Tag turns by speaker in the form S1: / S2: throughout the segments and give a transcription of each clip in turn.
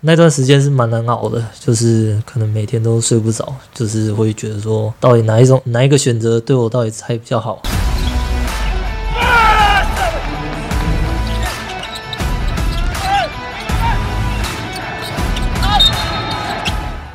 S1: 那段时间是蛮难熬的，就是可能每天都睡不着，就是会觉得说，到底哪一种哪一个选择对我到底才比较好？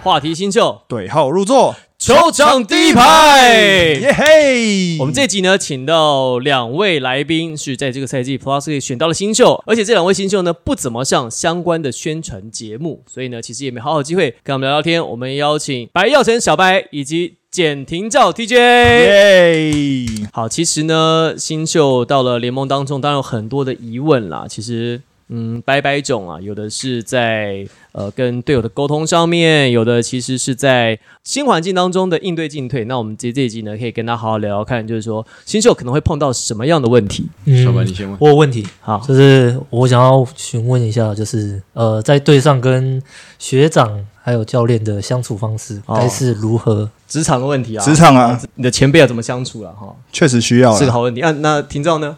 S2: 话题新秀，
S3: 对号入座，
S2: 球场第一排。
S3: 耶嘿！
S2: 我们这集呢，请到两位来宾是在这个赛季 Plus 里选到了新秀，而且这两位新秀呢不怎么上相关的宣传节目，所以呢其实也没好好机会跟我们聊聊天。我们邀请白耀成小白以及简廷照 TJ。
S3: 耶！
S2: 好，其实呢，新秀到了联盟当中，当然有很多的疑问啦。其实，嗯，百百种啊，有的是在呃跟队友的沟通上面，有的其实是在新环境当中的应对进退。那我们接这一集呢，可以跟他好好聊聊看，就是说新秀可能会碰到什么样的问题。
S1: 嗯，
S3: 小白，你先问。
S1: 我有问题，
S2: 好，
S1: 就是我想要询问一下，就是呃，在队上跟学长还有教练的相处方式
S2: 哦
S1: 该是如何？
S2: 职场的问题啊，
S3: 职场啊，
S2: 你的前辈要怎么相处啊？哈、
S3: 确实需要
S2: 是个
S3: 了。
S2: 好问题。啊，那廷照呢？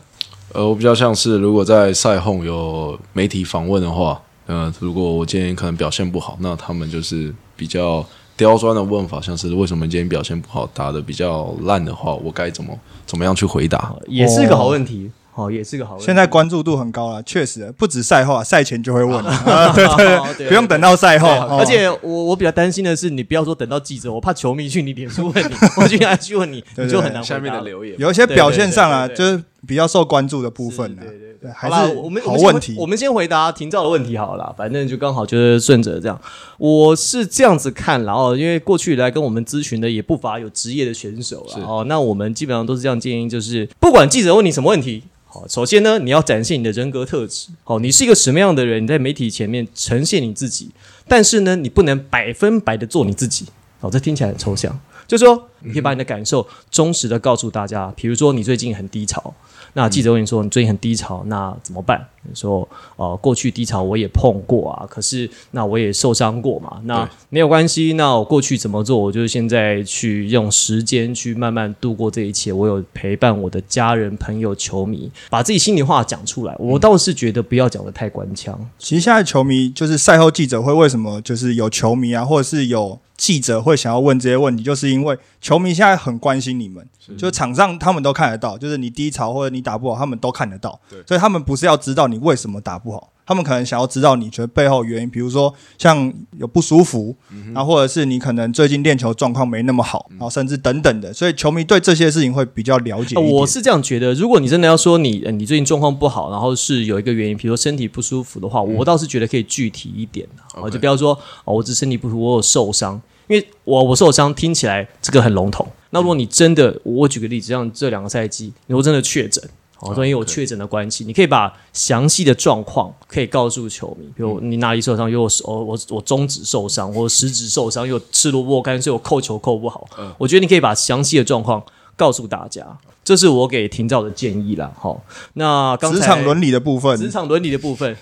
S4: 呃，我比较像是如果在赛后有媒体访问的话，呃，如果我今天可能表现不好，那他们就是比较刁钻的问法，像是为什么今天表现不好，打的比较烂的话，我该怎么怎么样去回答？
S2: 也是个好问题，好、也是个好问题。
S3: 现在关注度很高了，确实不止赛后啊，赛前就会问了，啊对
S2: 哦
S3: 对
S2: 对
S3: 对，不用等到赛后
S2: 对，
S3: 哦
S2: 而且我我比较担心的是，你不要说等到记者，我怕球迷去你脸书问你，我去 IG 问你，
S3: 对对
S2: 你就很难回答
S4: 下面的留言，
S3: 有一些表现上啊，
S2: 对
S3: 就
S2: 对
S3: 是比较受关注的部分呢
S2: 是对对，
S3: 对还
S2: 好啦，
S3: 是
S2: 我们
S3: 好问题
S2: 我们先回我。们先回答停照的问题好了啦，反正就刚好就是顺着这样。我是这样子看啦，然哦后因为过去来跟我们咨询的也不乏有职业的选手
S4: 是
S2: 了哦，那我们基本上都是这样建议，就是不管记者问你什么问题。好，首先呢，你要展现你的人格特质。好，你是一个什么样的人？你在媒体前面呈现你自己，但是呢，你不能百分百的做你自己。哦，这听起来很抽象，就是说你可以把你的感受忠实的告诉大家。比如说你最近很低潮，那记者问你说你最近很低潮，那怎么办？你说呃，过去低潮我也碰过啊，可是那我也受伤过嘛，那
S4: 对
S2: 没有关系，那我过去怎么做？我就是现在去用时间去慢慢度过这一切。我有陪伴我的家人、朋友、球迷，把自己心里话讲出来。我倒是觉得不要讲的太官腔，
S3: 其实现在球迷就是赛后记者会，为什么就是有球迷啊，或者是有记者会想要问这些问题，就是因为球迷现在很关心你们，就场上他们都看得到，就是你低潮或者你打不好，他们都看得到
S4: 对，
S3: 所以他们不是要知道你为什么打不好，他们可能想要知道你觉得背后原因，比如说像有不舒服，然后或者是你可能最近练球状况没那么好，然后甚至等等的，所以球迷对这些事情会比较了解一
S2: 呃
S3: 点。
S2: 我是这样觉得，如果你真的要说你呃你最近状况不好，然后是有一个原因，比如说身体不舒服的话，我倒是觉得可以具体一点啊，哦
S4: OK
S2: 就不要说哦，我只身体不舒服，我有受伤，因为我我受伤听起来这个很笼统。那如果你真的，我举个例子，像这两个赛季，如果真的确诊。哦，说因为有
S4: OK
S2: 确诊的关系，你可以把详细的状况可以告诉球迷，比如你哪里受伤，因为我手哦我我中指受伤，我食指受伤，因为我吃萝卜干，所以我扣球扣不好。我觉得你可以把详细的状况告诉大家，这是我给廷照的建议啦。好，那刚才
S3: 职场伦理的部分，
S2: 职场伦理的部分，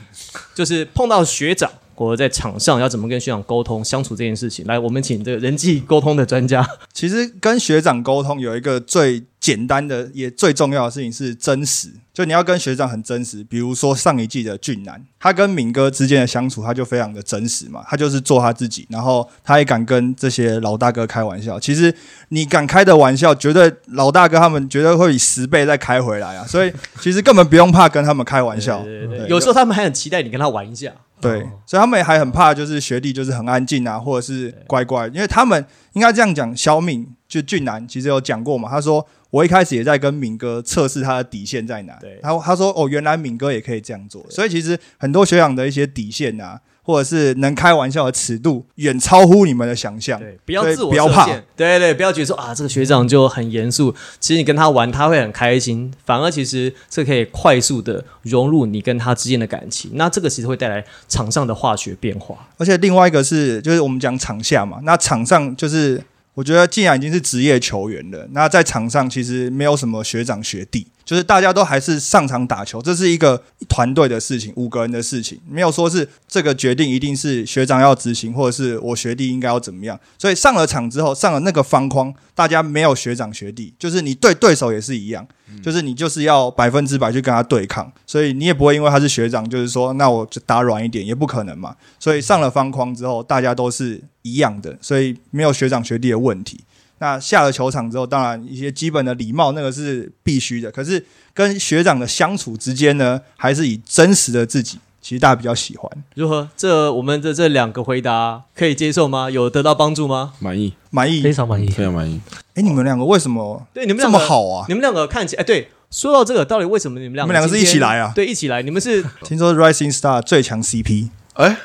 S2: 就是碰到学长或者在场上要怎么跟学长沟通相处这件事情。来，我们请这个人际沟通的专 家。
S3: 其实跟学长沟通有一个最简单的也最重要的事情是真实，就你要跟学长很真实。比如说上一季的俊男，他跟敏哥之间的相处，他就非常的真实嘛，他就是做他自己，然后他也敢跟这些老大哥开玩笑。其实你敢开的玩笑，绝对老大哥他们绝对会以十倍再开回来啊，所以其实根本不用怕跟他们开玩笑。
S2: 对 对
S3: 对
S2: 对，有时候他们还很期待你跟他玩一下。
S3: 对，
S2: 哦
S3: 所以他们还很怕，就是学弟就是很安静啊，或者是乖乖，因为他们应该这样讲，小敏就俊男其实有讲过嘛，他说我一开始也在跟敏哥测试他的底线在哪
S2: 对，
S3: 然后他说哦，原来敏哥也可以这样做，所以其实很多学长的一些底线啊，或者是能开玩笑的尺度，远超乎你们的想象。
S2: 对，不要
S3: 所以
S2: 自我
S3: 不要
S2: 设
S3: 怕
S2: 限，对对，不要觉得说啊，这个学长就很严肃。其实你跟他玩，他会很开心，反而其实这可以快速的融入你跟他之间的感情。那这个其实会带来场上的化学变化。
S3: 而且另外一个是，就是我们讲场下嘛，那场上就是我觉得既然已经是职业球员了，那在场上其实没有什么学长学弟，就是大家都还是上场打球，这是一个团队的事情，五个人的事情，没有说是这个决定一定是学长要执行，或者是我学弟应该要怎么样。所以上了场之后，上了那个方框，大家没有学长学弟，就是你对对手也是一样，就是你就是要百分之百去跟他对抗，所以你也不会因为他是学长，就是说那我就打软一点，也不可能嘛。所以上了方框之后，大家都是一样的，所以没有学长学弟的问题。那下了球场之后，当然一些基本的礼貌那个是必须的，可是跟学长的相处之间呢，还是以真实的自己，其实大家比较喜欢，
S2: 如何？这我们的这两个回答可以接受吗？有得到帮助吗？
S4: 满意，
S3: 满意。
S1: 非
S3: 哎、
S1: 常满意。
S4: 非常满意。
S3: 你们两个为什么
S2: 对，你们
S3: 这
S2: 两
S3: 么
S2: 个，
S3: 好啊？
S2: 你们两个看起来，哎，对，说到这个，到底为什么你们两个？
S3: 你们两个是一起来啊
S2: 对，一起来，你们是
S3: 听说 Rising Star 最强 CP，
S4: 哎，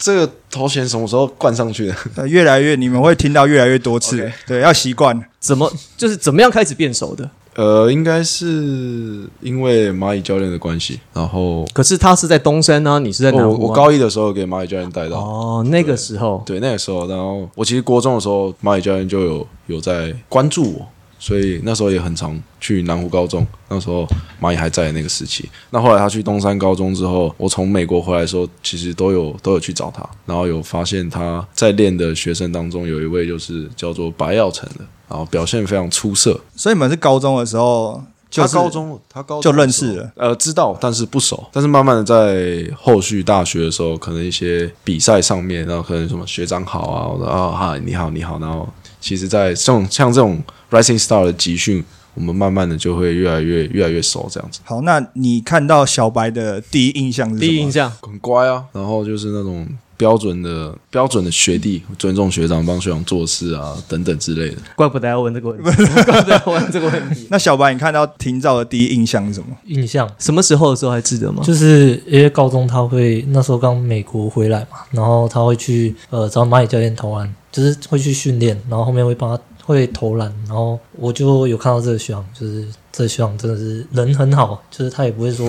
S4: 这个头衔什么时候冠上去的？
S3: 呃，越来越你们会听到越来越多次
S4: OK
S3: 对，要习惯。
S2: 怎么就是怎么样开始变熟的？
S4: 呃，应该是因为蚂蚁教练的关系，然后
S2: 可是他是在东山啊，你是在南
S4: 我
S2: 湖啊
S4: 我高一的时候给蚂蚁教练带到，
S2: 哦，那个时候
S4: 对那个时候，然后我其实国中的时候，蚂蚁教练就有有在关注我，所以那时候也很常去南湖高中。那时候蚂蚁还在的那个时期，那后来他去东山高中之后，我从美国回来的时候，其实都有都有去找他，然后有发现他在练的学生当中有一位就是叫做白耀成的，然后表现非常出色，
S3: 所以你们是高中的时候，就是
S4: 他啊高中他高
S3: 就
S4: 中
S3: 认识了。
S4: 呃，知道，但是不熟。但是慢慢的，在后续大学的时候，可能一些比赛上面，然后可能什么学长好啊，我说啊嗨，你好，你好。然后其实，在这种像这种 Rising Star 的集训，我们慢慢的就会越来越越来越熟，这样子。
S3: 好，那你看到小白的第一印象是什么？
S2: 第一印象，
S4: 很乖啊，然后就是那种标准的标准的学弟，尊重学长，帮学长做事啊，等等之类的。
S2: 怪不得要问这个问题，怪不得要问这个问题。
S3: 那小白，你看到廷照的第一印象是什么？
S1: 印象
S2: 什么时候的时候还记得吗？
S1: 就是因为高中他会那时候刚美国回来嘛，然后他会去呃找蚂蚁教练投篮，就是会去训练，然后后面会帮他会投篮，然后我就有看到这个学长，就是这个学长真的是人很好，就是他也不会说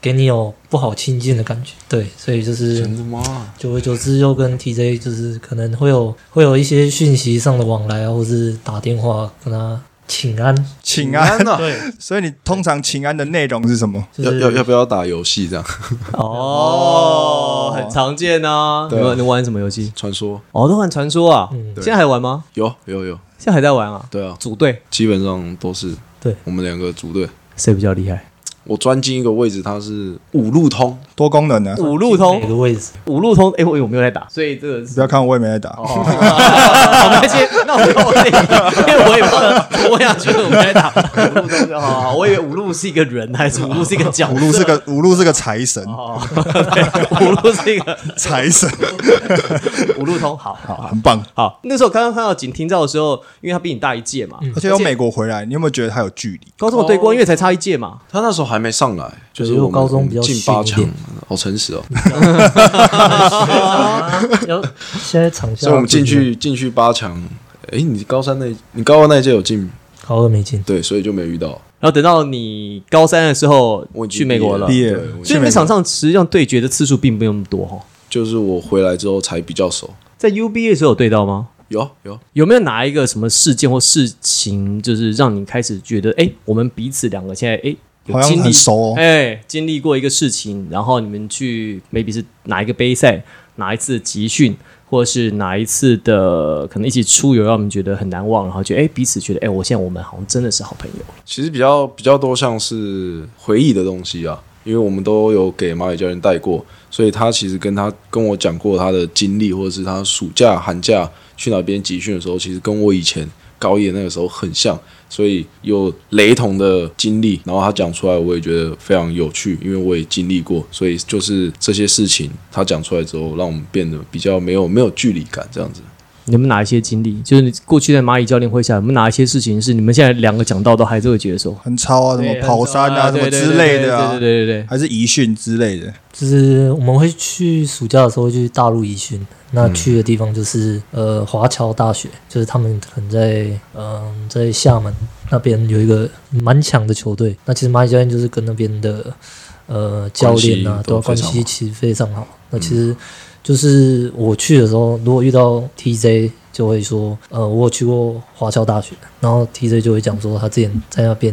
S1: 给你有不好亲近的感觉，对，所以就是
S4: 的吗？
S1: 久而久之又跟 TJ 就是可能会有会有一些讯息上的往来啊，或是打电话跟他请安，
S3: 请安。
S2: 啊
S3: 哦
S4: 呐、
S1: 对，
S3: 所以你通常请安的内容是什么？
S1: 就
S4: 要
S1: 是
S4: 要要不要打游戏这样？
S2: 哦，很常见啊。你
S4: 对啊
S2: 们你玩什么游戏？
S4: 传说
S2: 哦，都玩传说啊。
S1: 嗯
S2: 现在还玩吗？
S4: 有有有，
S2: 现在还在玩啊。
S4: 对啊，
S2: 组队
S4: 基本上都是
S1: 对
S4: 我们两个组队。
S2: 谁比较厉害？
S4: 我钻进一个位置，它是五路通，
S3: 多功能呢？
S2: 五路
S1: 每
S2: 通，
S1: 个位置，
S2: 五路通。哎，我有没有在打？所以这个
S3: 不
S2: 是。
S3: 要看我也没在打，
S2: 哦， 好，没关系，那我我自己，因为我也不知道，我想觉得我们在打五路通啊，我以为五路是一个人，还是五路是一个角色？
S3: 五路是个五路是个财神，
S2: 哦，对，五路是一个
S3: 财神，
S2: 五路通，好好
S3: 好，很棒。
S2: 好。那时候刚刚看到景听照的时候，因为他比你大一届嘛，
S3: 而且由美国回来，你有没有觉得他有距离？
S2: 高中有对过，因为才差一届 嘛。
S4: 他那时候还没上来，就是
S1: 因为
S4: 我
S1: 我
S4: 们
S1: 高中比较
S4: 进
S1: 逊
S4: 八
S1: 一
S4: 强
S1: 点，
S4: 好诚实哦。
S1: 要现在场下，
S4: 所以我们进去进去八强，诶，你高三那你高二那一届有进，
S1: 高二没进，
S4: 对，所以就没遇到。
S2: 然后等到你高三的时候
S4: 我已经
S2: 去美国了，
S3: 毕业
S4: 对
S3: 了，
S2: 所
S4: 我
S2: 以
S3: 去
S2: 那
S3: 美
S2: 场
S3: 国
S2: 上实际上对决的次数并没有那么多哈。
S4: 就是我回来之后才比较熟，
S2: 在 UBA 的时候有对到吗？
S4: 有啊有
S2: 有没有哪一个什么事件或事情，就是让你开始觉得，哎、我们彼此两个现在，哎、有
S3: 好像
S2: 经历
S3: 很，熟哦。
S2: 哎、经历过一个事情，然后你们去 maybe 是哪一个杯赛，哪一次的集训，或者是哪一次的可能一起出游，让我们觉得很难忘，然后觉得，哎、彼此觉得，哎、我现在我们好像真的是好朋友。
S4: 其实比较比较多像是回忆的东西啊，因为我们都有给蚂蚁教练带过，所以他其实跟他跟我讲过他的经历，或者是他暑假、寒假去哪边集训的时候，其实跟我以前高一的那个时候很像，所以有雷同的经历。然后他讲出来，我也觉得非常有趣，因为我也经历过，所以就是这些事情他讲出来之后，让我们变得比较没有没有距离感这样子。
S2: 你们哪一些经历，就是你过去在蚂蚁教练会下，有没有哪一些事情是你们现在两个讲到都还是会觉得说，
S3: 很超啊，什么跑山啊，什
S2: 对
S3: 么
S2: 对
S3: 之类的啊
S2: 对对，对对对对
S3: 还是遗训之类的。
S1: 就是我们会去暑假的时候会去大陆宜训，那
S4: 嗯
S1: 去的地方就是、呃华侨大学，就是他们可能在嗯、在厦门那边有一个蛮强的球队，那其实蚂蚁教练就是跟那边的呃教练啊
S4: 关系，都
S1: 啊关
S4: 非常好
S1: 系
S4: 嗯
S1: 其实非常好。那其实就是我去的时候，如果遇到 TJ 就会说，呃，我有去过华侨大学，然后 TJ 就会讲说他之前在那边，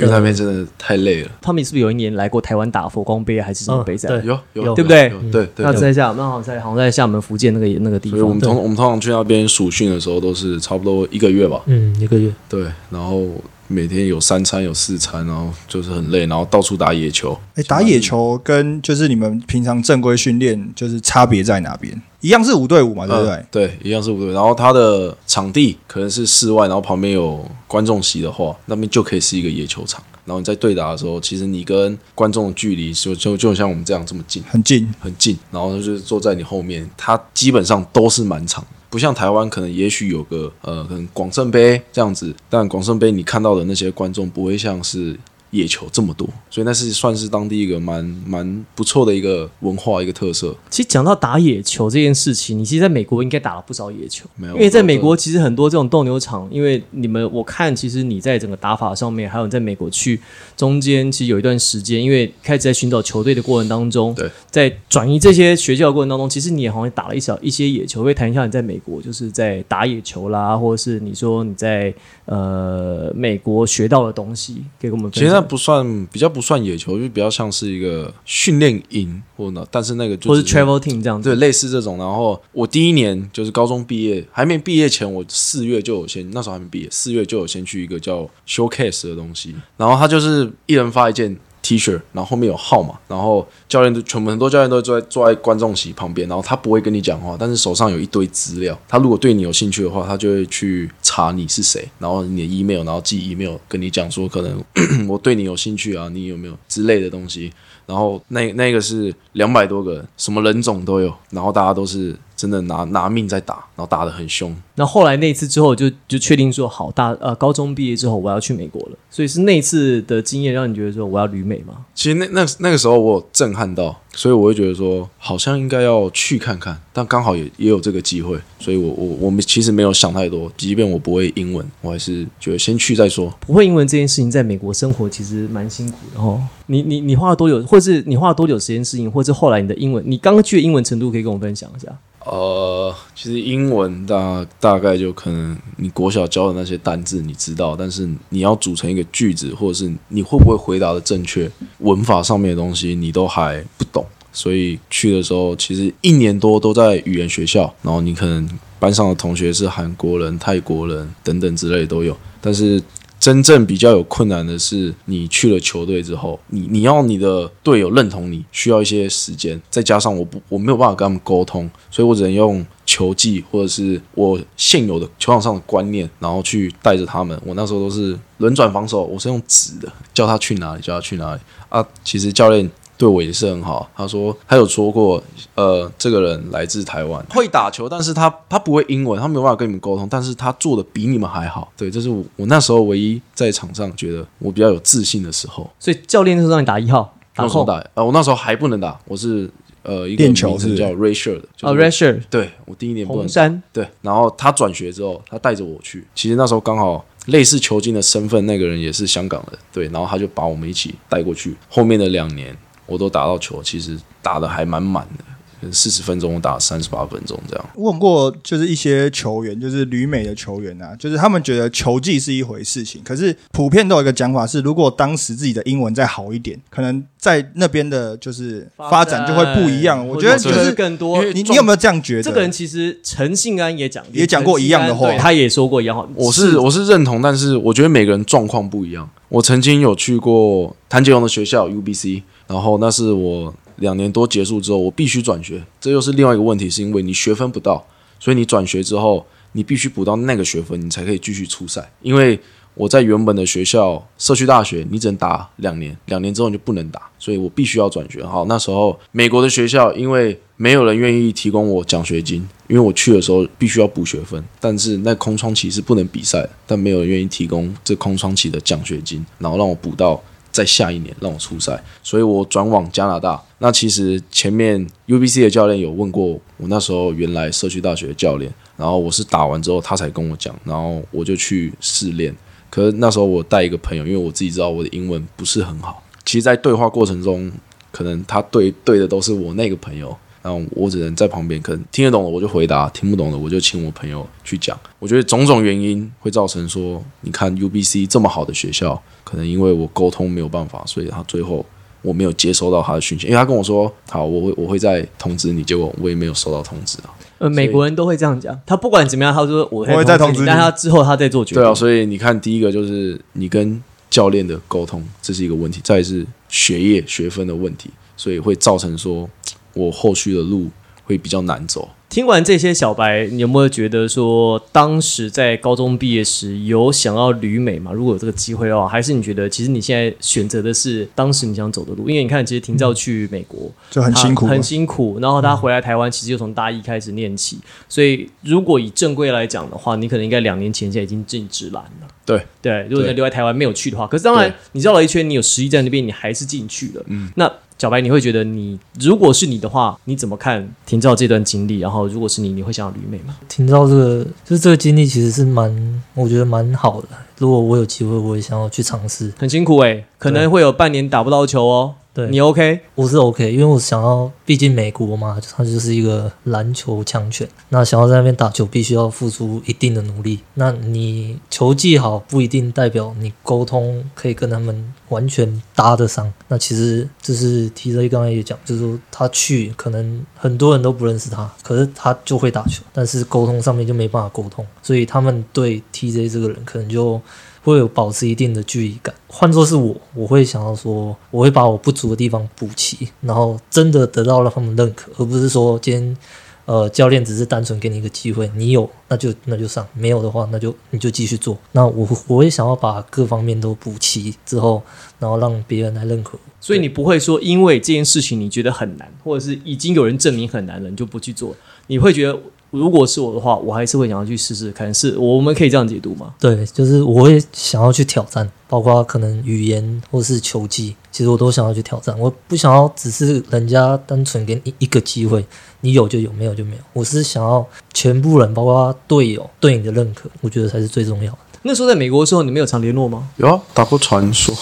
S4: 因为那边真的太累了。
S2: 他们是不是有一年来过台湾打佛光杯啊还是什么杯赛？
S1: 嗯对
S4: 有有
S1: 有
S2: 对不对
S4: 有对对
S2: 那。在厦，那好像在好像在厦门、福建那个那个地
S4: 所以我
S2: 方
S4: 们，通我们通常去那边暑训的时候，都是差不多一个月吧。
S1: 嗯，一个月，
S4: 对，然后每天有三餐有四餐，然后就是很累，然后到处打野球。
S3: 哎、打野球跟就是你们平常正规训练就是差别在哪边？一样是五对五嘛，对不对？
S4: 嗯对，一样是五对。然后它的场地可能是室外，然后旁边有观众席的话，那边就可以是一个野球场。然后你在对打的时候，其实你跟观众的距离就就就像我们这样这么近，
S3: 很近，
S4: 很近，然后就是坐在你后面，它基本上都是满场。不像台湾，可能也许有个呃，可能广盛杯这样子，但广盛杯你看到的那些观众不会像是野球这么多，所以那是算是当地一个蛮蛮不错的一个文化一个特色。
S2: 其实讲到打野球这件事情，你其实在美国应该打了不少野球，
S4: 没有
S2: 因为在美国其实很多这种斗牛场，因为你们我看，其实你在整个打法上面，还有你在美国去中间，其实有一段时间，因为开始在寻找球队的过程当中，
S4: 对，
S2: 在转移这些学校的过程当中，其实你也好像打了一小一些野球，会谈一下你在美国就是在打野球啦，或者是你说你在呃美国学到的东西，可以跟我们
S4: 其
S2: 分
S4: 实那
S2: 享，
S4: 不算，比较不算野球，就比较像是一个训练营或呢，但是那个就
S2: 或是
S4: 只是
S2: travel team 这样子，
S4: 对，类似这种。然后我第一年就是高中毕业，还没毕业前，我四月就有先，那时候还没毕业，四月就有先去一个叫 showcase 的东西。然后他就是一人发一件 T 恤，然后后面有号码，然后教练都全部很多教练都坐在坐在观众席旁边，然后他不会跟你讲话，但是手上有一堆资料。他如果对你有兴趣的话，他就会去查你是谁，然后你的 email，然后寄 email 跟你讲说，可能 我对你有兴趣啊，你有没有之类的东西。然后那那个是两百多个人，什么人种都有，然后大家都是真的拿拿命在打，然后打得很凶。
S2: 那后来那一次之后就，就确定说好大呃，高中毕业之后我要去美国了，所以是那一次的经验让你觉得说我要旅美嘛？
S4: 其实那那那个时候我有震撼到，所以我会觉得说好像应该要去看看，但刚好也也有这个机会，所以我我我们其实没有想太多，即便我不会英文，我还是觉得先去再说。
S2: 不会英文这件事情在美国生活其实蛮辛苦的哦。你你你花了多久，或是你花了多久时间适应，或是后来你的英文，你刚刚去的英文程度可以跟我分享一下？
S4: 呃，其实英文大大概就可能你国小教的那些单字你知道，但是你要组成一个句子，或者是你会不会回答的正确，文法上面的东西你都还不懂。所以去的时候，其实一年多都在语言学校，然后你可能班上的同学是韩国人、泰国人等等之类都有，但是真正比较有困难的是，你去了球队之后，你你要你的队友认同你，需要一些时间，再加上我不我没有办法跟他们沟通，所以我只能用球技或者是我现有的球场上的观念，然后去带着他们。我那时候都是轮转防守，我是用指的，叫他去哪里，叫他去哪里啊。其实教练。对我也是很好，他说他有说过，呃，这个人来自台湾，会打球，但是他他不会英文，他没有办法跟你们沟通，但是他做的比你们还好。对，这是我我那时候唯一在场上觉得我比较有自信的时候。
S2: 所以教练就让你打一号，
S4: 那
S2: 打
S4: 时候
S2: 后
S4: 打，呃，我那时候还不能打，我是呃一个
S3: 练球
S4: 名字
S3: 是不是
S4: 叫 r a s h e r 的，就
S2: 啊
S4: 是
S2: r a s h e r
S4: 对我第一年不
S2: 红
S4: 能打
S2: 山，
S4: 对，然后他转学之后，他带着我去。其实那时候刚好类似球精的身份，那个人也是香港人，对，然后他就把我们一起带过去。后面的两年我都打到球，其实打的还蛮满的，四十分钟我打了三十八分钟这样。
S3: 问过就是一些球员，就是旅美的球员啊，就是他们觉得球技是一回事情，可是普遍都有一个讲法是，如果当时自己的英文再好一点，可能在那边的就是发展就会不一样。我觉得
S2: 或
S3: 就
S2: 者
S3: 是
S2: 更多
S4: 因为。
S3: 你你有没有这样觉得？
S2: 这个人其实陈信安也讲
S3: 也讲过一样的
S2: 陈信
S3: 话
S2: 安对他也说过一样话。
S4: 我是我是认同，但是我觉得每个人状况不一样。我曾经有去过谭杰荣的学校 UBC，然后那是我两年多结束之后，我必须转学，这又是另外一个问题，是因为你学分不到，所以你转学之后，你必须补到那个学分，你才可以继续出赛。因为我在原本的学校社区大学，你只能打两年，两年之后你就不能打，所以我必须要转学。好，那时候美国的学校因为没有人愿意提供我奖学金，因为我去的时候必须要补学分，但是那空窗期是不能比赛的，但没有人愿意提供这空窗期的奖学金，然后让我补到在下一年让我出赛，所以我转往加拿大。那其实前面 UBC 的教练有问过我，我那时候原来社区大学的教练，然后我是打完之后他才跟我讲，然后我就去试练。可是那时候我带一个朋友，因为我自己知道我的英文不是很好，其实，在对话过程中，可能他对对的都是我那个朋友，但我只能在旁边，可能听得懂的我就回答，听不懂的我就请我朋友去讲。我觉得种种原因会造成说，你看 UBC 这么好的学校，可能因为我沟通没有办法，所以他最后我没有接收到他的讯息，因为他跟我说好，我会我会再通知你，结果我也没有收到通知啊。
S2: 呃，美国人都会这样讲，他不管怎么样，他说我
S3: 我会再通知
S2: 你，
S3: 你
S2: 但他之后他再做决定。
S4: 对啊，所以你看，第一个就是你跟教练的沟通，这是一个问题；再来是学业学分的问题，所以会造成说我后续的路会比较难走。
S2: 听完这些小白，你有没有觉得说，当时在高中毕业时有想要旅美吗？如果有这个机会的话，还是你觉得其实你现在选择的是当时你想走的路？因为你看，其实廷照去美国
S3: 就嗯很
S2: 他
S3: 辛苦嘛，啊
S2: 很辛苦。然后他回来台湾，其实就从大一开始念起，所以如果以正规来讲的话，你可能应该两年前现在已经进职篮了。
S4: 对
S2: 对，如果你
S4: 对
S2: 留在台湾没有去的话，可是当然
S4: 对
S2: 你绕了一圈，你有实力在那边，你还是进去了。嗯，那小白，你会觉得你如果是你的话，你怎么看廷照这段经历？然后如果是你，你会想要旅美
S3: 嗯
S2: 吗？
S1: 听到这个，就是这个经历其实是蛮，我觉得蛮好的。如果我有机会，我也想要去尝试。
S2: 很辛苦诶、欸可能
S1: 对
S2: 会有半年打不到球哦。
S1: 对
S2: 你 OK？
S1: 我是 OK，因为我想要，毕竟美国嘛，它就是一个篮球强权，那想要在那边打球，必须要付出一定的努力。那你球技好，不一定代表你沟通可以跟他们完全搭得上。那其实就是提着刚才也讲，就是说他去，可能很多人都不认识他，可是他就会打球，但是沟通上面就没办法沟通，所以他们对 TJ 这个人可能就会有保持一定的距离感。换作是我，我会想要说，我会把我不足的地方补齐，然后真的得到了他们认可，而不是说今天呃教练只是单纯给你一个机会，你有那就那就上，没有的话那就你就继续做。那我我会想要把各方面都补齐之后，然后让别人来认可我。
S2: 所以你不会说因为这件事情你觉得很难，或者是已经有人证明很难了，你就不去做。你会觉得，如果是我的话，我还是会想要去试试看。是我们可以这样解读吗？
S1: 对，就是我会想要去挑战，包括可能语言或是球技，其实我都想要去挑战。我不想要只是人家单纯给你一个机会，你有就有，没有就没有。我是想要全部人，包括队友对你的认可，我觉得才是最重要的。
S2: 那时候在美国的时候，你们有常联络吗？
S4: 有啊，打过传说，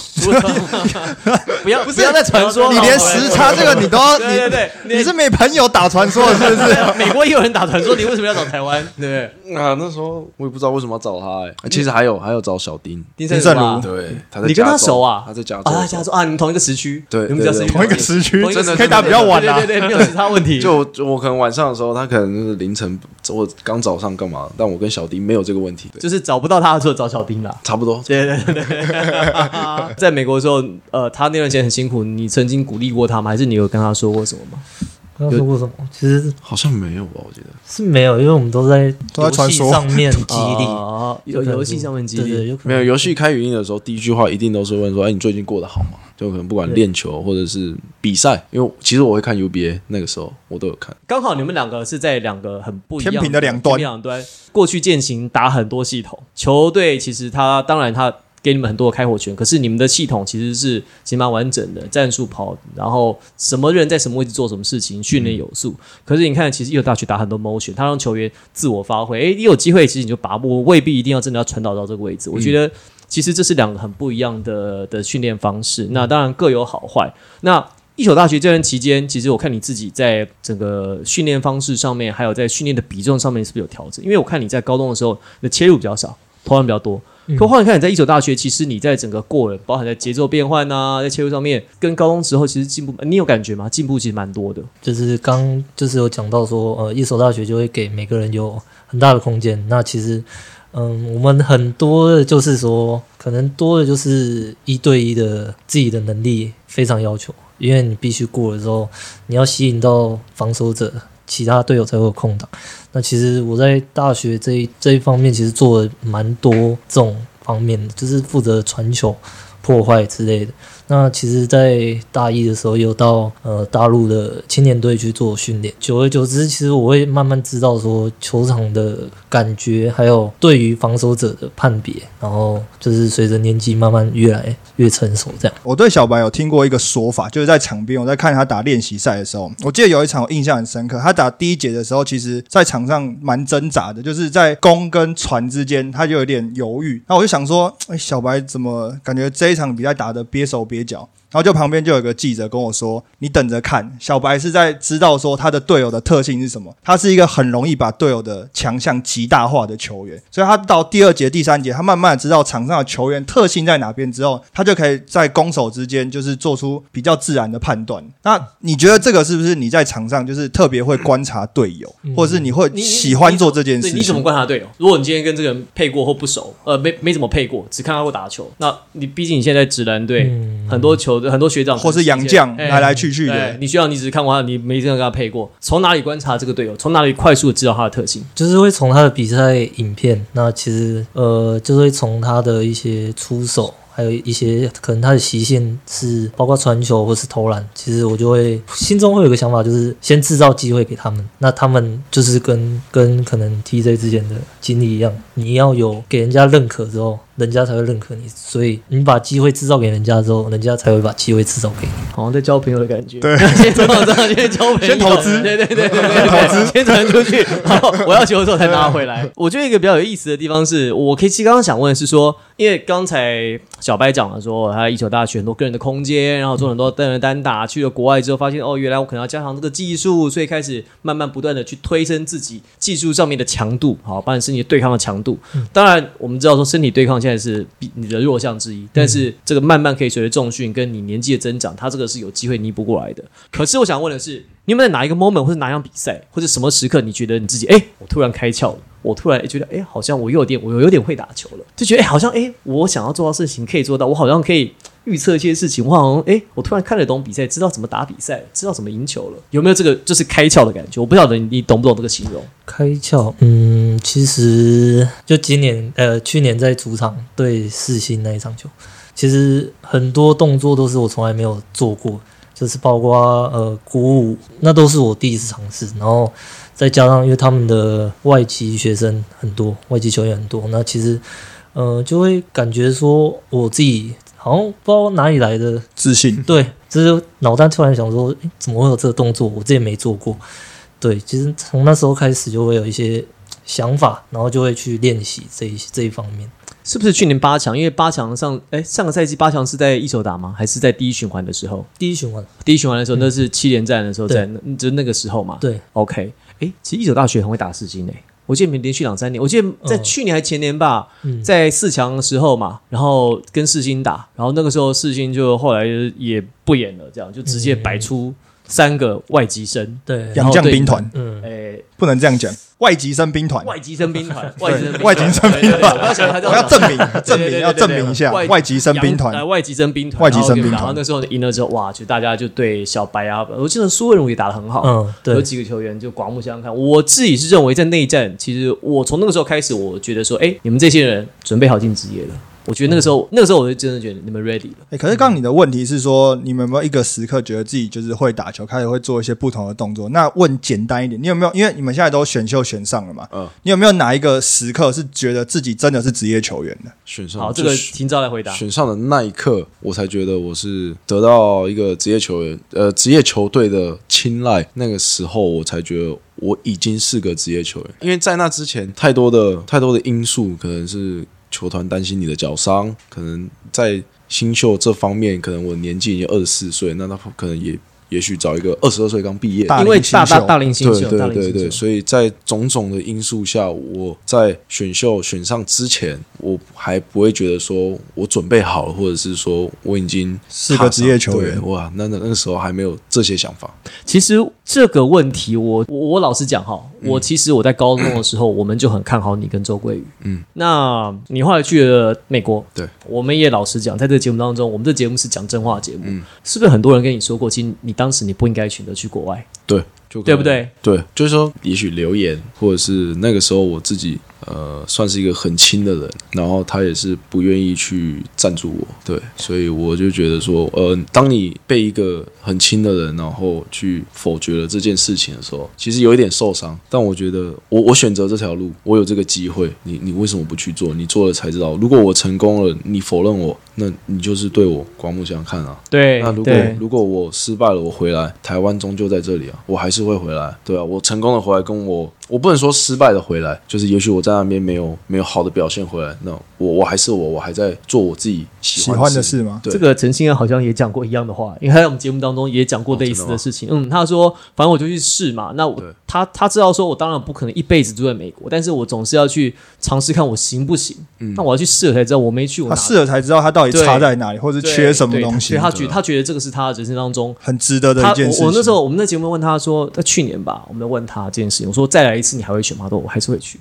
S2: 不要不要再传说了，
S3: 你连时差这个你都要，
S2: 对对
S3: 你
S2: 对，
S3: 你是没朋友打传说的是不是？
S2: 美国也有人打传说，你为什么要找台湾？对不 对？
S4: 啊，那时候我也不知道为什么要找他、欸，其实还有还有找小丁，
S2: 丁
S3: 胜儒
S2: 胜儒
S3: 吧
S2: 吧，
S4: 对，他在
S2: 你跟他
S4: 加州
S2: 熟啊？
S4: 他在加州，
S2: 啊，加州啊，你们同一个时区，
S4: 对
S2: 你们比较
S4: 对对
S3: 同一个时区
S2: 同一个
S4: 真的
S3: 可以打比较晚啊啦
S2: 对对对，对没有时差问题。
S4: 就就我可能晚上的时候，他可能就是凌晨，我刚早上干嘛？但我跟小丁没有这个问题，
S2: 就是找不到他的时候找小丁 啦。
S4: 差不多。
S2: 对对对对， 在美国的时候，呃，他那段时间很辛苦，你曾经鼓励过他吗？还是你有跟他说过什么吗？
S1: 刚刚说过什么？其实
S4: 好像没有吧？我觉得
S1: 是没有，因为我们都在
S3: 都在传
S1: 游戏
S3: 说
S1: 上面激励，
S2: 哦有游戏上面激
S1: 对对
S2: 励。
S1: 有可
S4: 没
S1: 能
S4: 有。游戏开语音的时候，第一句话一定都是问说：“哎，你最近过得好吗？”就可能不管练球或者是比赛，因为其实我会看 UBA，那个时候我都有看。
S2: 刚好你们两个是在两个很不一样
S3: 天平的两端
S2: 天平两端。过去践行打很多系统，球队其实他当然他给你们很多的开火权，可是你们的系统其实是其实蛮完整的，战术跑，然后什么人在什么位置做什么事情，训练有素。可是你看，其实又大去打很多 motion，他让球员自我发挥，诶，你有机会其实你就把握，未必一定要真的要传导到这个位置。
S3: 嗯
S2: 我觉得其实这是两个很不一样的的训练方式，那当然各有好坏。那一所大学这段期间，其实我看你自己在整个训练方式上面，还有在训练的比重上面是不是有调整？因为我看你在高中的时候，你的切入比较少，投篮比较多。
S3: 嗯
S2: 可后来看你在一所大学，其实你在整个过人，包含在节奏变换啊，在切入上面，跟高中时候其实进步，呃你有感觉吗？进步其实蛮多的。
S1: 就是刚就是有讲到说，呃，一所大学就会给每个人有很大的空间。那其实，嗯，我们很多的就是说，可能多的就是一对一的自己的能力非常要求，因为你必须过了之后，你要吸引到防守者，其他队友才会有空档。那其实我在大学这一这一方面，其实做了蛮多这种方面的，就是负责传球、破坏之类的。那其实，在大一的时候，有到呃大陆的青年队去做训练。久而久之，其实我会慢慢知道说球场的感觉，还有对于防守者的判别，然后就是随着年纪慢慢越来越成熟，这样。
S3: 我对小白有听过一个说法，就是在场边我在看他打练习赛的时候，我记得有一场我印象很深刻。他打第一节的时候，其实在场上蛮挣扎的，就是在攻跟传之间，他就有点犹豫。那我就想说，哎，小白怎么感觉这一场比赛打得憋手憋脚？然后就旁边就有个记者跟我说：“你等着看，小白是在知道说他的队友的特性是什么。他是一个很容易把队友的强项极大化的球员，所以他到第二节、第三节，他慢慢地知道场上的球员特性在哪边之后，他就可以在攻守之间就是做出比较自然的判断。那你觉得这个是不是你在场上就是特别会观察队友，或者是你会
S2: 你你
S3: 喜欢做这件
S2: 对
S3: 事
S2: 你怎么
S3: 情？
S2: 观察队友？如果你今天跟这个人配过或不熟，呃，没没怎么配过，只看他过打球，那你毕竟你现在直男队、
S1: 嗯
S2: 很多球很多学长
S3: 或是洋将来来去去
S2: 哎对，
S3: 的？
S2: 你学长你只是看过他，你没真的跟他配过，从哪里观察这个队友？从哪里快速的知道他的特性？
S1: 就是会从他的比赛影片，那其实呃，就是会从他的一些出手，还有一些可能他的习性是包括传球或是投篮，其实我就会心中会有个想法，就是先制造机会给他们，那他们就是跟跟可能 TJ 之间的经历一样，你要有给人家认可之后，人家才会认可你，所以你把机会制造给人家之后，人家才会把机会制造给你。
S2: 好像在交朋友的感觉。
S3: 对，
S2: 先知道知道先交朋友，
S3: 先投资
S2: 对对对对对，投资先传出去，然后我要球的时候才拿回来。我觉得一个比较有意思的地方是，我可以其实刚刚想问的是说，因为刚才小白讲了说，他一球大学很多个人的空间，然后做很多单人单打，去了国外之后发现哦，原来我可能要加强这个技术，所以开始慢慢不断的去推升自己技术上面的强度，好，包含身体对抗的强度。嗯当然，我们知道说身体对抗现在是比你的弱项之一，但是这个慢慢可以随着重训跟你年纪的增长，它这个是有机会弥补过来的。可是我想问的是，你有没有在哪一个 moment 或者哪样比赛或者什么时刻，你觉得你自己哎、我突然开窍了，我突然、哎觉得哎、好像我有点我有点会打球了，就觉得哎、好像哎、我想要做到事情可以做到，我好像可以。预测一些事情，我好像哎、我突然看得懂比赛，知道怎么打比赛，知道怎么赢球了，有没有这个就是开窍的感觉？我不晓得你你懂不懂这个形容？
S1: 开窍，嗯，其实就今年呃，去年在主场对世新那一场球，其实很多动作都是我从来没有做过，就是包括呃鼓舞，那都是我第一次尝试。然后再加上因为他们的外籍学生很多，外籍球员很多，那其实呃就会感觉说我自己好像不知道哪里来的
S3: 自信，
S1: 对，就是脑袋突然想说，诶怎么会有这个动作？我之前没做过。对，其实从那时候开始就会有一些想法，然后就会去练习这一这一方面。
S2: 是不是去年八强？因为八强上，哎，上个赛季八强是在一手打吗？还是在第一循环的时候？
S1: 第一循环，
S2: 第一循环
S3: 嗯
S2: 的时候，那是七连战的时候，
S1: 对
S2: 在那就那个时候嘛。
S1: 对，
S2: OK，哎，其实一手大学很会打四金诶。我记得你们连续两三年，我记得在
S1: 嗯
S2: 去年还前年吧，
S1: 嗯
S2: 在四强的时候嘛，然后跟世新打，然后那个时候世新就后来也不演了，这样就直接摆出
S3: 嗯
S2: 三个外籍生，
S1: 对，
S2: 然
S3: 洋
S2: 后
S3: 将
S2: 哦对
S3: 兵团
S1: 嗯，
S2: 哎，
S3: 不能这样讲，外籍生兵团，
S2: 外籍生兵 团，外籍生兵团
S3: 外籍生
S2: 对
S3: 兵团
S2: 对对我要想，
S3: 我要证明
S2: 哦
S3: 证明要证明一下
S2: 外
S3: 外籍生兵
S2: 洋呃
S3: 团，
S2: 外籍征兵团，
S3: 外籍征兵团
S2: 然后那时候赢了之后，哇，就大家就对小白啊，我记得苏文如也打得很好，
S1: 嗯，
S2: 有
S1: 对，
S2: 几个球员就刮目相看。我自己是认为在内战，其实我从那个时候开始，我觉得说，哎，你们这些人准备好进职业了。我觉得那个时
S4: 嗯
S2: 候，那个时候我就真的觉得你们 ready 了。
S3: 欸可是刚刚你的问题是说，你们有没有一个时刻觉得自己就是会打球，开始会做一些不同的动作？那问简单一点，你有没有？因为你们现在都选秀选上了嘛，
S4: 嗯
S3: 你有没有哪一个时刻是觉得自己真的是职业球员的？
S4: 选上
S2: 好，这
S4: 嗯就
S2: 个
S4: 是
S2: 停招来回答。
S4: 选上的那一刻，我才觉得我是得到一个职业球员，呃，职业球队的青睐。那个时候，我才觉得我已经是个职业球员，因为在那之前，太多的太多的因素，可能是球团担心你的脚伤，可能在新秀这方面，可能我年纪已经二十四岁，那他可能也也许找一个二十二岁刚毕业，
S3: 大
S2: 因
S3: 龄
S2: 为
S3: 新
S2: 大大
S3: 秀
S2: 大龄新
S4: 对
S2: 秀，大
S4: 对
S2: 龄
S4: 对对，
S2: 新秀，
S4: 所以在种种的因素下，我在选秀选上之前，我还不会觉得说我准备好了，或者是说我已经
S3: 是
S4: 踏
S3: 个
S4: 上
S3: 职业球员
S4: 对哇，那那那个时候还没有这些想法。
S2: 其实这个问题我，我我老实讲哈，
S4: 嗯
S2: 我其实我在高中的时候，我们就很看好你跟周桂宇。
S4: 嗯，
S2: 那你后来去了美国，
S4: 对，
S2: 我们也老实讲，在这个节目当中，我们这节目是讲真话节目，
S4: 嗯
S2: 是不是很多人跟你说过，其实你当时你不应该选择去国外，
S4: 对，就可
S2: 对
S4: 能
S2: 不？对？
S4: 对，就是说，也许留言，或者是那个时候我自己，呃，算是一个很亲的人，然后他也是不愿意去赞助我，对，所以我就觉得说，呃，当你被一个很亲的人，然后去否决了这件事情的时候，其实有一点受伤，但我觉得我我选择这条路，我有这个机会，你你为什么不去做？你做了才知道，如果我成功了，你否认我，那你就是对我刮目相看啊，
S2: 对，
S4: 那如果
S2: 对
S4: 如果我失败了，我回来，台湾终究在这里啊，我还是会回来，对啊，我成功的回来，跟我我不能说失败的回来，就是也许我在那边没有没有好的表现回来，那我我还是我，我还在做我自己喜
S3: 喜
S4: 欢
S3: 欢的
S4: 事
S3: 事。吗？
S4: 对
S2: 这个陈信安好像也讲过一样的话，因为他在我们节目当中也讲过
S4: 哦
S2: 类似的事情。嗯，他说，反正我就去试嘛。那我
S4: 对
S2: 他他知道说我当然不可能一辈子住在美国，但是我总是要去尝试看我行不行。那我要去试了才知道，我没去我
S3: 嗯他
S2: 哪
S3: 试了才知道他到底
S2: 对
S3: 差在哪里，或者
S2: 对
S3: 缺什么
S2: 对
S3: 东西
S2: 对，他
S4: 对
S2: 觉
S4: 啊
S2: 他觉得这个是他人生当中
S3: 很值得的
S2: 他
S3: 一件事情。
S2: 我我那时候我们那节目问他说，在去年吧，我们在问他这件事情，我说再来一次你还会去吗？他说我还是会去。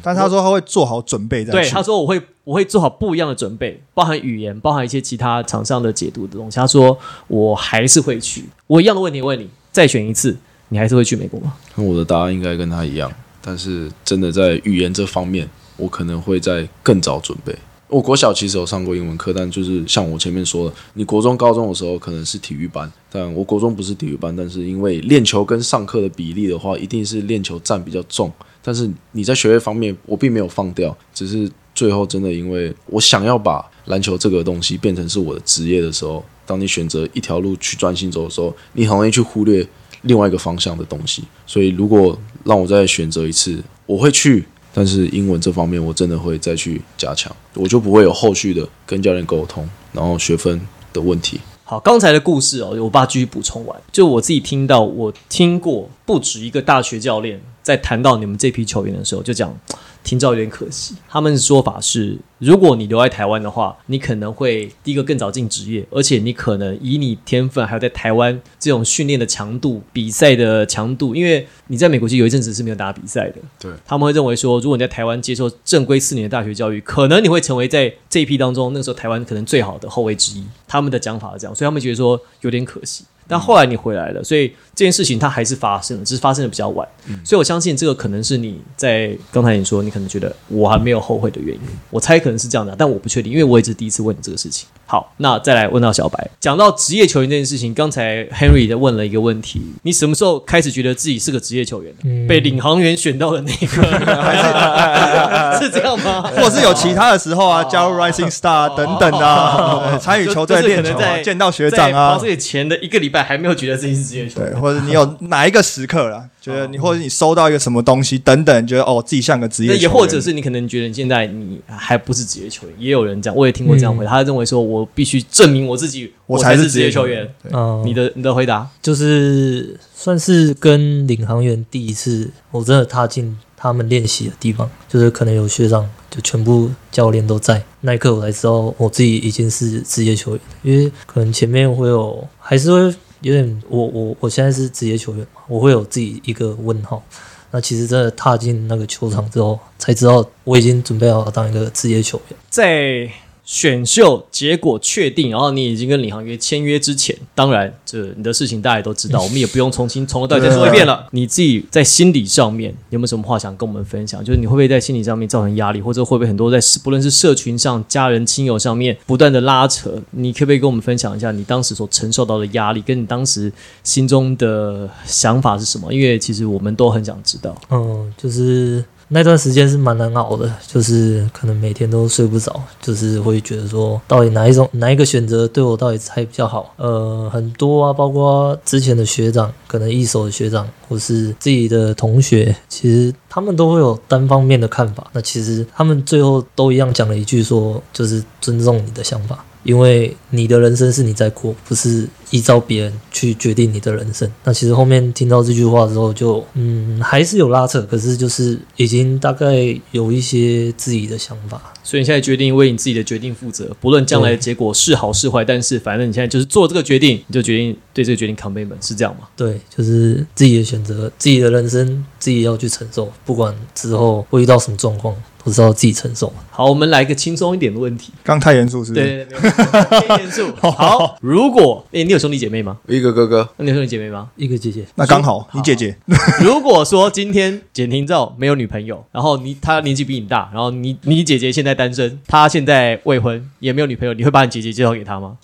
S3: 但是他说他会做好准备再
S2: 对，
S3: 去。
S2: 他说我会我会做好不一样的准备，包含语言，包含一些其他场上的解读的东西。他说我还是会去。我一样的问题问你，再选一次，你还是会去美国吗？
S4: 那我的答案应该跟他一样，但是真的在语言这方面，我可能会在更早准备。我国小其实有上过英文课，但就是像我前面说的，你国中、高中的时候可能是体育班，但我国中不是体育班，但是因为练球跟上课的比例的话，一定是练球占比较重。但是你在学业方面，我并没有放掉，只是最后真的因为我想要把篮球这个东西变成是我的职业的时候，当你选择一条路去专心走的时候，你很容易去忽略另外一个方向的东西。所以如果让我再选择一次，我会去，但是英文这方面我真的会再去加强，我就不会有后续的跟教练沟通，然后学分的问题。
S2: 好，刚才的故事哦，我爸继续补充完。就我自己听到，我听过不止一个大学教练在谈到你们这批球员的时候，就讲听到有点可惜。他们的说法是，如果你留在台湾的话，你可能会第一个更早进职业，而且你可能以你天分，还有在台湾这种训练的强度、比赛的强度，因为你在美国其实有一阵子是没有打比赛的，
S4: 对
S2: 他们会认为说，如果你在台湾接受正规四年的大学教育，可能你会成为在这一批当中，那时候台湾可能最好的后卫之一。他们的讲法是这样，所以他们觉得说有点可惜。但后来你回来了，所以这件事情它还是发生了，只是发生的比较晚。所以我相信这个可能是你在刚才你说，你可能觉得我还没有后悔的原因。我猜可能是这样的，啊但我不确定，因为我也是第一次问你这个事情。好，那再来问到小白，讲到职业球员这件事情，刚才 Henry 在问了一个问题：你什么时候开始觉得自己是个职业球员的？
S1: 嗯
S2: 被领航员选到的那 个，是这样吗？
S3: 或者是有其他的时候啊，加入 Rising Star 啊等等啊，对参与球队练
S2: 哦就是
S3: 球
S2: 可能
S3: 啊，
S2: 在
S3: 见到学长
S2: 在跑
S3: 啊
S2: 这，里前的一个礼拜还没有觉得自己是职业球员。
S3: 对，或者 你有哪一个时刻啦，觉得你或者你收到一个什么东西等等，觉得哦自己像个职业
S2: 哦那
S3: 球员，
S2: 也或者是你可能觉得你现在你还不是职业球员，也有人这样，我也听过这样回答，他认为说我必须证明我自己，
S3: 嗯我
S2: 才
S3: 才
S2: 是
S3: 是
S2: 职
S3: 职
S2: 业
S3: 业
S2: 球
S3: 球
S2: 员
S3: 员。
S1: 嗯，
S2: 你的你的回答，
S1: 就是算是跟领航员第一次，我真的踏进他们练习的地方，就是可能有学长，就全部教练都在。那一刻我才知道我自己已经是职业球员，因为可能前面会有，还是会有点，我我我现在是职业球员嘛，我会有自己一个问号。那其实真的踏进那个球场之后，才知道我已经准备好当一个职业球员。
S2: 在选秀结果确定，然后你已经跟领航员签约之前，当然这你的事情大家也都知道，我们也不用重新从头到尾再说一遍了。你自己在心理上面有没有什么话想跟我们分享？就是你会不会在心理上面造成压力，或者会不会很多在不论是社群上、家人、亲友上面不断的拉扯？你可不可以跟我们分享一下你当时所承受到的压力，跟你当时心中的想法是什么？因为其实我们都很想知道。
S1: 嗯，就是那段时间是蛮难熬的，就是可能每天都睡不着，就是会觉得说，到底哪一种哪一个选择对我到底才比较好？呃，很多啊，包括之前的学长，可能一手的学长，或是自己的同学，其实他们都会有单方面的看法。那其实他们最后都一样讲了一句说，就是尊重你的想法。因为你的人生是你在过，不是依照别人去决定你的人生。那其实后面听到这句话之后就，嗯，还是有拉扯，可是就是已经大概有一些自己的想法。
S2: 所以你现在决定为你自己的决定负责，不论将来的结果是好是坏，但是反正你现在就是做这个决定，你就决定对这个决定 commitment 是这样吗？
S1: 对，就是自己的选择，自己的人生，自己要去承受。不管之后会遇到什么状况，都是要自己承受。
S2: 好，我们来一个轻松一点的问题。
S3: 刚太严肃是不是？
S2: 对对对，没有严肃。 好，如果诶、你有兄弟姐妹吗？
S4: 一个哥哥，
S2: 那你有兄弟姐妹吗？
S1: 一个姐姐，
S3: 那刚好你 姐姐
S2: 如果说今天简廷照没有女朋友，然后你他年纪比你大，然后你你姐姐现在单身，她现在未婚也没有女朋友，你会把你姐姐介绍给他吗？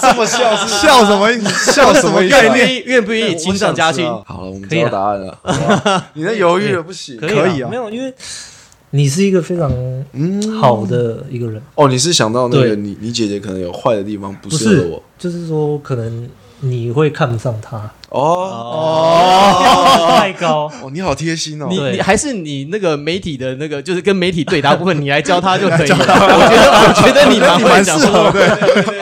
S4: 这么笑是
S3: 笑什么意思？啊笑什么概
S2: 愿不
S3: 念？
S2: 愿意啊愿不愿意亲上加亲？
S4: 好了，我们
S1: 可
S4: 知
S1: 以
S4: 道
S1: 了
S4: 答案了。好不好你在犹豫了，不行。
S3: 可以啊
S1: 没有，因为你是一个非常
S4: 嗯
S1: 好的一个人。
S4: 哦，你是想到那
S1: 对
S4: 个你你姐姐可能有坏的地方不
S1: 不
S4: 适合
S1: 是
S4: 我，
S1: 就是说可能你会看不上他，
S4: 哦
S1: 太高。
S4: 哦，你好贴心哦。
S2: 你
S1: 对
S2: 你还是你那个媒体的那个，就是跟媒体对答部分，你来 教他就可以了。我觉得我觉 得你蛮会讲话，对对对对，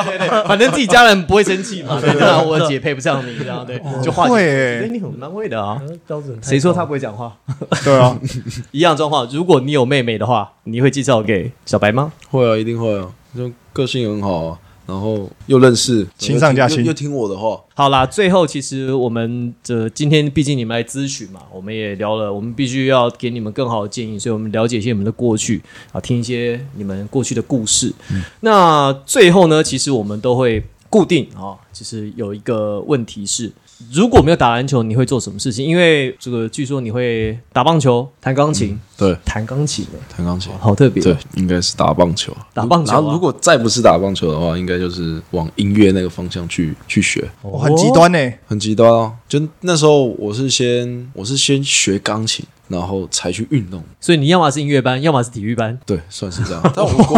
S2: 反正自己家人不会生气嘛，对吧？我姐配不上你，这样对，就化解。
S3: 会
S2: 对，
S3: 欸，
S2: 你很蛮会的啊。
S1: 呃标准太高
S2: 谁说他不会讲 话？
S3: 对啊，
S2: 一样状况，如果你有妹妹的话，你会介绍给小白吗？
S4: 会啊，一定会啊，就个性很好啊，然后又认识，
S3: 亲上加亲
S4: 又又又听我的话，
S2: 好啦，最后其实我们这、今天毕竟你们来咨询嘛，我们也聊了，我们必须要给你们更好的建议，所以我们了解一些你们的过去啊，听一些你们过去的故事。那最后呢，其实我们都会固定啊，其实有一个问题是。如果没有打篮球，你会做什么事情？因为这个据说你会打棒球、弹钢琴、
S4: 对，
S2: 弹钢琴欸，
S4: 弹钢琴，
S2: 好特别。
S4: 对，应该是打棒球，
S2: 打棒球啊
S4: 然后如果再不是打棒球的话，应该就是往音乐那个方向去去学，
S2: 哦，
S3: 我很极端呢，
S4: 很极端哦。就那时候我是先我是先学钢琴，然后才去运动，
S2: 所以你要么是音乐班，要么是体育班。
S4: 对，算是这样。 但我国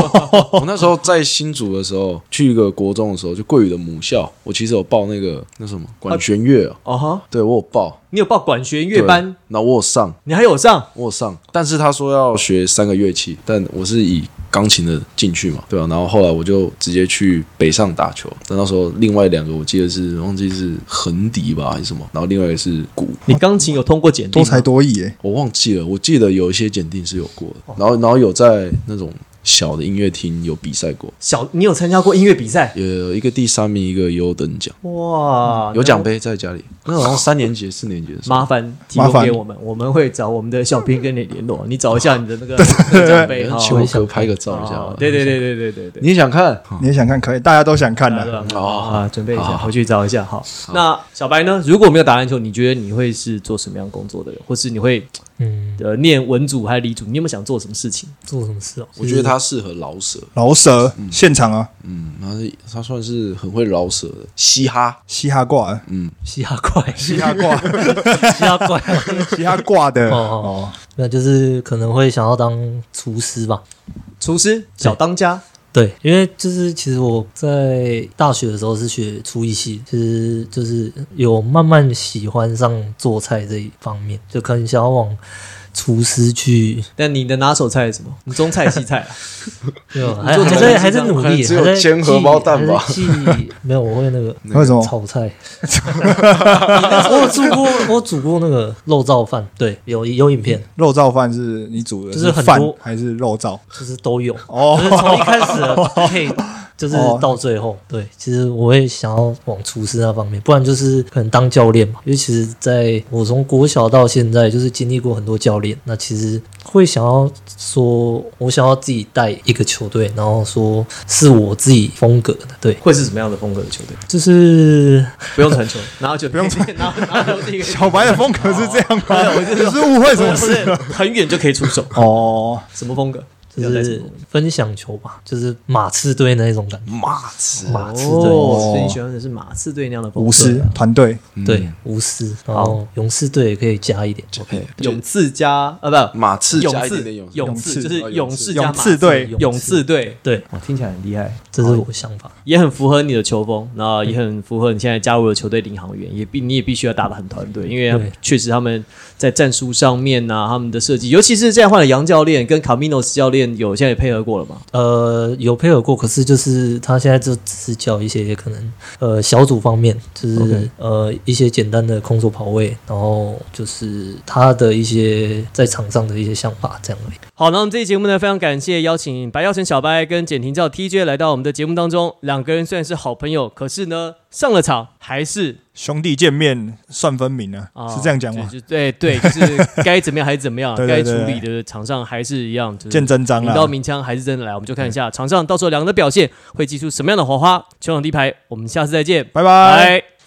S4: 我那时候在新竹的时候，去一个国中的时候，就桂宇的母校，我其实有报那个那什么管弦乐、啊，
S2: 哦哈，
S4: 对我有报
S2: 你有报管弦乐班，，
S4: 那我有上。
S2: 你还有上
S4: 我有上，但是他说要学三个乐器，但我是以钢琴的进去嘛，对啊，然后后来我就直接去北上打球，但那时候另外两个我记得是忘记是横笛吧还是什么，然后另外一个是鼓，
S2: 你钢琴有通过检定
S3: 多
S2: 吗
S3: 才多艺哎，
S4: 我忘记了，我记得有一些检定是有过的，然后然后有在那种小的音乐厅有比赛过，
S2: 小，你有参加过音乐比赛？
S4: 有一个第三名，一个优等奖，
S2: 哇，
S4: 有奖杯在家里，那好像三年级四年级的时
S2: 那
S4: 候，
S2: 麻烦提供给我们，我们会找我们的小编跟你联络，你找一下你的那个那个奖杯哈。
S4: 请我哎哥拍个照一下
S2: 哦，，对对，对对对对对。
S4: 你也想看？
S3: 你也想看可以，大家都想看
S2: 对啊对
S3: 的，
S2: 啊
S4: 哦
S2: 啊，准备一下，
S4: 好
S2: 回去找一下哈。那小白呢？如果没有打篮球，你觉得你会是做什么样工作的人？或是你会
S1: 嗯，
S2: 呃念文组还是理组？你有没有想做什么事情？
S1: 做什么事哦？
S4: 我觉得他适合老舍。
S3: 饶舌现场啊，
S4: 嗯，他是他算是很会饶舌的，嘻哈，
S3: 嘻哈挂的，
S1: 嘻哈怪，嘻
S3: 嘻哈挂，
S1: 哈怪。
S3: 嘻哈挂 的
S1: 哦，哦，那就是可能会想要当厨师吧。
S2: 厨师、小当家，
S1: 对，因为就是其实我在大学的时候是学厨艺系，其实就是有慢慢喜欢上做菜这一方面，就可能想要往厨师去，
S2: 但你的拿手菜是什么？你中菜、西菜、啊？
S1: 没有还
S2: 做
S1: 还
S2: 菜
S1: 在
S2: 是
S1: 还
S2: 这
S1: 在
S2: 样
S1: 努
S4: 可能
S1: 力，
S4: 只有
S1: 还在
S4: 煎
S1: 记
S4: 荷包蛋吧
S1: 还在记没有，我会那 个
S3: 还有什么？
S1: 炒菜。我有煮过，我有煮过那个肉燥饭，对，有有影片，
S3: 肉燥饭是你煮的，
S1: 就是很
S3: 饭
S1: 多
S3: 还是肉燥？
S1: 就是都有。
S3: 哦
S1: 就是从一开始 的配，就是
S2: 哦
S1: 到最后，对，其实我会想要往厨师那方面，不然就是可能当教练嘛。因为其实在我从国小到现在，就是经历过很多教练，那其实会想要说，我想要自己带一个球队，然后说是我自己风格的，对，
S2: 会 是什么样的风格的球队？
S1: 就是
S2: 不用 传球，然后就不
S3: 用
S2: 传，然后然后这个
S3: 小白的风格是这样吗？ 你是误会什么
S2: 不
S3: 事？
S2: 是很远就可以出手，
S3: 哦，
S2: 什么风格？
S1: 就
S2: 要带什么
S1: 是
S2: 风格
S1: 分享球吧，就是马刺队那一种感觉，
S4: 马子
S1: 马刺队。
S2: 哦，所以你喜欢的是马刺队那样的风格，
S3: 无私团队
S2: 嗯
S1: 对，无私，然后勇士队也可以加一点，
S4: ，OK，
S2: 勇士加呃不
S4: 马刺
S2: 勇
S4: 加一点
S2: 士
S4: 点勇士
S2: 勇士
S3: 勇士
S2: 就是
S4: 哦
S2: 勇
S4: 勇
S2: 士
S4: 士
S2: 加马
S3: 勇
S2: 刺
S3: 士队，
S2: 勇士队，
S1: 对，
S2: 哇，听起来很厉害，
S1: 这是我的想法。
S2: 也很符合你的球风，然后也很符合你现在加入的球队领航员，也必你也必须要打得很团队，因为
S1: 对
S2: 确实他们在战术上面呐、他们的设计，尤其是现在换了杨教练跟卡米诺斯教练有现在也配合过了嘛，
S1: 呃，有配合过，可是就是他现在就只是教一些可能呃小组方面，就是呃一些简单的空手跑位，然后就是他的一些在场上的一些想法这样而已。
S2: 好，那我们这期节目呢，非常感谢邀请白耀成小白跟简廷照 TJ 来到我们的节目当中。两个人虽然是好朋友，可是呢，上了场还是
S3: 兄弟见面算分明啊，
S2: 啊，
S3: 是这样讲吗？
S2: 就就对对，就是该怎么样还是怎么样，
S3: 对
S2: 该
S3: 对
S2: 处
S3: 对
S2: 理的场上还是一样，就是
S3: 见真章
S2: 明
S3: 啦。
S2: 刀明枪还是真的来。我们就看一下场上到时候两个人的表现会激出什么样的火花。球场地牌，我们下次再见，
S3: 拜
S2: 拜。